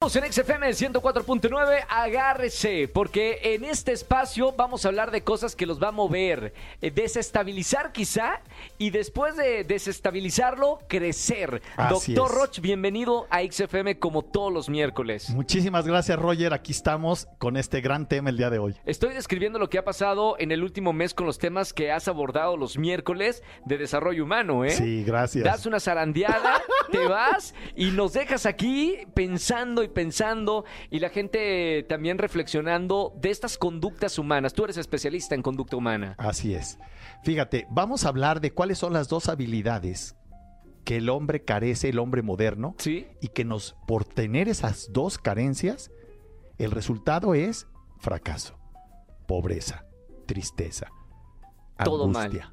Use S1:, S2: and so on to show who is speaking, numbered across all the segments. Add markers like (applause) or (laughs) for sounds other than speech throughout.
S1: Estamos en XFM 104.9, agárrese, porque en este espacio vamos a hablar de cosas que los va a mover, eh, desestabilizar quizá, y después de desestabilizarlo, crecer.
S2: Así
S1: Doctor
S2: es.
S1: Roch, bienvenido a XFM como todos los miércoles.
S2: Muchísimas gracias, Roger. Aquí estamos con este gran tema el día de hoy.
S1: Estoy describiendo lo que ha pasado en el último mes con los temas que has abordado los miércoles de desarrollo humano, ¿eh?
S2: Sí,
S1: Das
S2: gracias.
S1: una
S2: (laughs)
S1: zarandeada, te vas y nos dejas aquí pensando y pensando y la gente también reflexionando de estas conductas humanas. Tú eres especialista en conducta humana.
S2: Así es. Fíjate, vamos a hablar de cuáles son las dos habilidades que el hombre carece, el hombre moderno,
S1: ¿Sí?
S2: y que nos, por tener esas dos carencias, el resultado es fracaso, pobreza, tristeza,
S1: Todo mal.
S2: angustia.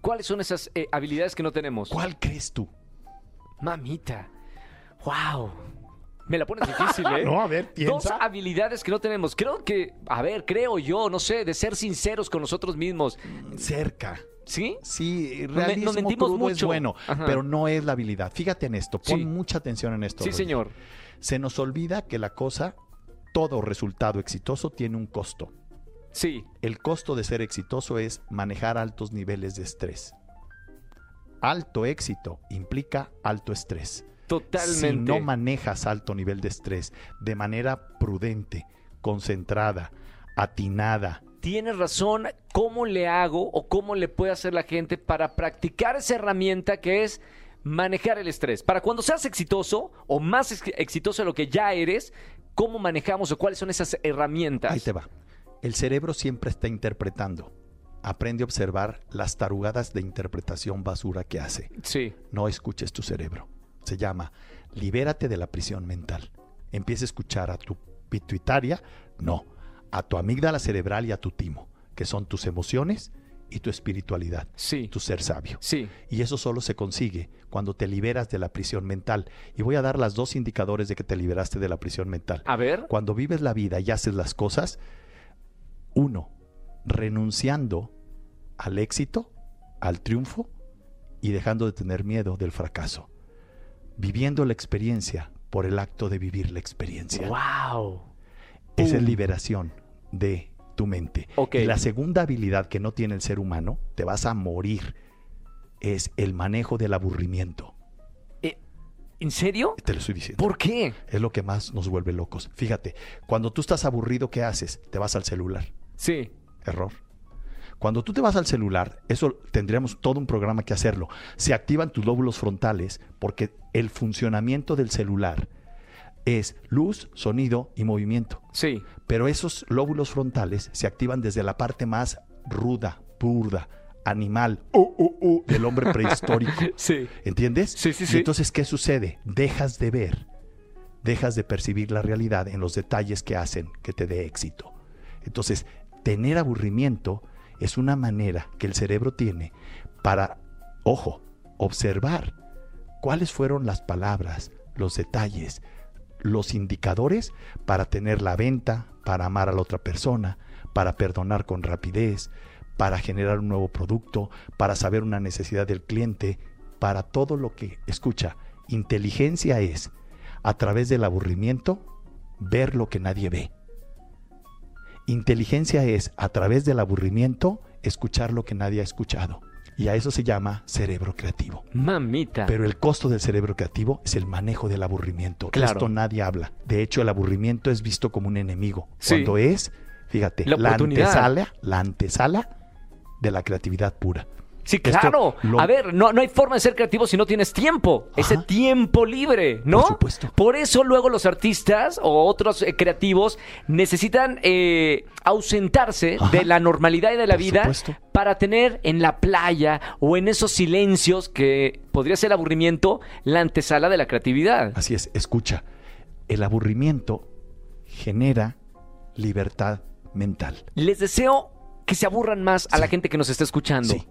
S1: ¿Cuáles son esas eh, habilidades que no tenemos?
S2: ¿Cuál crees tú?
S1: Mamita. ¡Wow! Me la pones
S2: (laughs)
S1: difícil, ¿eh?
S2: No, a ver,
S1: Dos
S2: piensa.
S1: habilidades que no tenemos. Creo que, a ver, creo yo, no sé, de ser sinceros con nosotros mismos.
S2: Cerca.
S1: ¿Sí?
S2: Sí, eh,
S1: me- nos
S2: realismo
S1: mentimos
S2: crudo es
S1: mucho.
S2: bueno,
S1: Ajá.
S2: pero no es la habilidad. Fíjate en esto, pon
S1: Sí.
S2: mucha atención en esto.
S1: Sí,
S2: Roger.
S1: señor.
S2: Se nos olvida que la cosa, todo resultado exitoso tiene un costo.
S1: Sí.
S2: El costo de ser exitoso es manejar altos niveles de estrés. Alto éxito implica alto estrés.
S1: Totalmente.
S2: Si no manejas alto nivel de estrés de manera prudente, concentrada, atinada,
S1: Tienes razón, ¿cómo le hago o cómo le puede hacer la gente para practicar esa herramienta que es manejar el estrés? Para cuando seas exitoso o más ex- exitoso de lo que ya eres, ¿cómo manejamos o cuáles son esas herramientas?
S2: Ahí te va. El cerebro siempre está interpretando. Aprende a observar las tarugadas de interpretación basura que hace.
S1: Sí,
S2: No escuches tu cerebro. Se llama Libérate de la prisión mental. Empieza a escuchar a tu pituitaria, no, a tu amígdala cerebral y a tu timo, que son tus emociones y tu espiritualidad,
S1: sí,
S2: tu ser sabio.
S1: sí.
S2: Y eso solo se consigue cuando te liberas de la prisión mental. Y voy a dar las dos indicadores de que te liberaste de la prisión mental
S1: A ver,
S2: cuando vives la vida y haces las cosas, uno, renunciando al éxito, al triunfo y dejando de tener miedo del fracaso. Viviendo la experiencia por el acto de vivir la experiencia.
S1: wow.
S2: Esa es
S1: Pum.
S2: liberación de tu mente.
S1: Ok.
S2: Y la segunda habilidad que no tiene el ser humano, te vas a morir, es el manejo del aburrimiento.
S1: Eh, ¿En serio?
S2: Te lo estoy diciendo.
S1: ¿Por qué?
S2: Es lo que más nos vuelve locos. Fíjate, cuando tú estás aburrido, ¿qué haces? Te vas al celular.
S1: Sí,
S2: Error. Cuando tú te vas al celular, eso tendríamos todo un programa que hacerlo. Se activan tus lóbulos frontales porque el funcionamiento del celular es luz, sonido y movimiento.
S1: sí.
S2: Pero esos lóbulos frontales se activan desde la parte más ruda, burda, animal, uh, uh, uh, del hombre prehistórico.
S1: Sí.
S2: ¿Entiendes?
S1: Sí, sí,
S2: Y
S1: sí.
S2: entonces, ¿qué sucede? Dejas de ver, dejas de percibir la realidad en los detalles que hacen que te dé éxito. Entonces, tener aburrimiento es una manera que el cerebro tiene para, ojo, observar cuáles fueron las palabras, los detalles, los indicadores para tener la venta, para amar a la otra persona, para perdonar con rapidez, para generar un nuevo producto, para saber una necesidad del cliente, para todo lo que, escucha, inteligencia es, a través del aburrimiento, ver lo que nadie ve. Inteligencia es, a través del aburrimiento, escuchar lo que nadie ha escuchado. Y a eso se llama cerebro creativo.
S1: Mamita.
S2: Pero el costo del cerebro creativo es el manejo del aburrimiento. De
S1: Claro.
S2: Esto nadie habla. De hecho, el aburrimiento es visto como un enemigo.
S1: Sí.
S2: Cuando es, fíjate,
S1: La
S2: la,
S1: oportunidad.
S2: antesala, la antesala de la creatividad pura.
S1: Sí,
S2: Esto
S1: claro.
S2: lo-
S1: A ver, no, no hay forma de ser creativo si no tienes tiempo. Ese
S2: Ajá.
S1: tiempo libre, ¿no?
S2: Por supuesto.
S1: Por eso luego los artistas o otros eh, creativos necesitan eh, ausentarse
S2: Ajá.
S1: de la normalidad y de la
S2: Por
S1: vida
S2: supuesto.
S1: para tener en la playa o en esos silencios que podría ser aburrimiento la antesala de la creatividad.
S2: Así es, escucha. El aburrimiento genera libertad mental.
S1: Les deseo que se aburran más a la
S2: Sí.
S1: gente que nos está escuchando,
S2: Sí.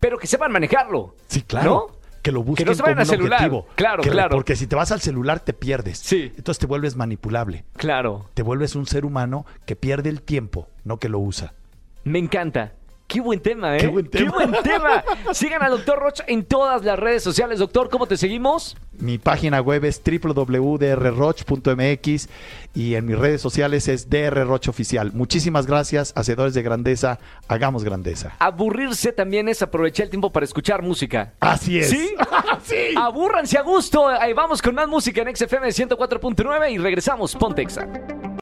S1: pero que sepan manejarlo.
S2: Sí, claro.
S1: ¿No?
S2: Que lo busquen
S1: Que no se vayan
S2: como
S1: al
S2: un
S1: celular.
S2: objetivo.
S1: Claro,
S2: Que-
S1: claro.
S2: Porque si te vas al celular te pierdes.
S1: Sí.
S2: Entonces te vuelves manipulable.
S1: Claro.
S2: Te vuelves un ser humano que pierde el tiempo, no que lo usa.
S1: Me encanta. Qué buen tema, ¿eh?
S2: Qué buen tema.
S1: buen
S2: (laughs)
S1: tema. Sigan al doctor Rocha en todas las redes sociales. Doctor, ¿cómo te seguimos?
S2: Mi página web es www.drroch.mx y en mis redes sociales es drroch oficial. Muchísimas gracias, hacedores de grandeza, hagamos grandeza.
S1: Aburrirse también es aprovechar el tiempo para escuchar música.
S2: Así es. (laughs)
S1: ¿Sí?
S2: Ah, Sí.
S1: Abúrranse a gusto. Ahí vamos con más música en XFM 104.9 y regresamos. Pontexa.